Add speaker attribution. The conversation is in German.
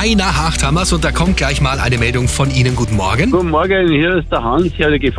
Speaker 1: Rainer Hachthammers und da kommt gleich mal eine Meldung von Ihnen. Guten Morgen.
Speaker 2: Guten Morgen, hier ist der Hans, hier der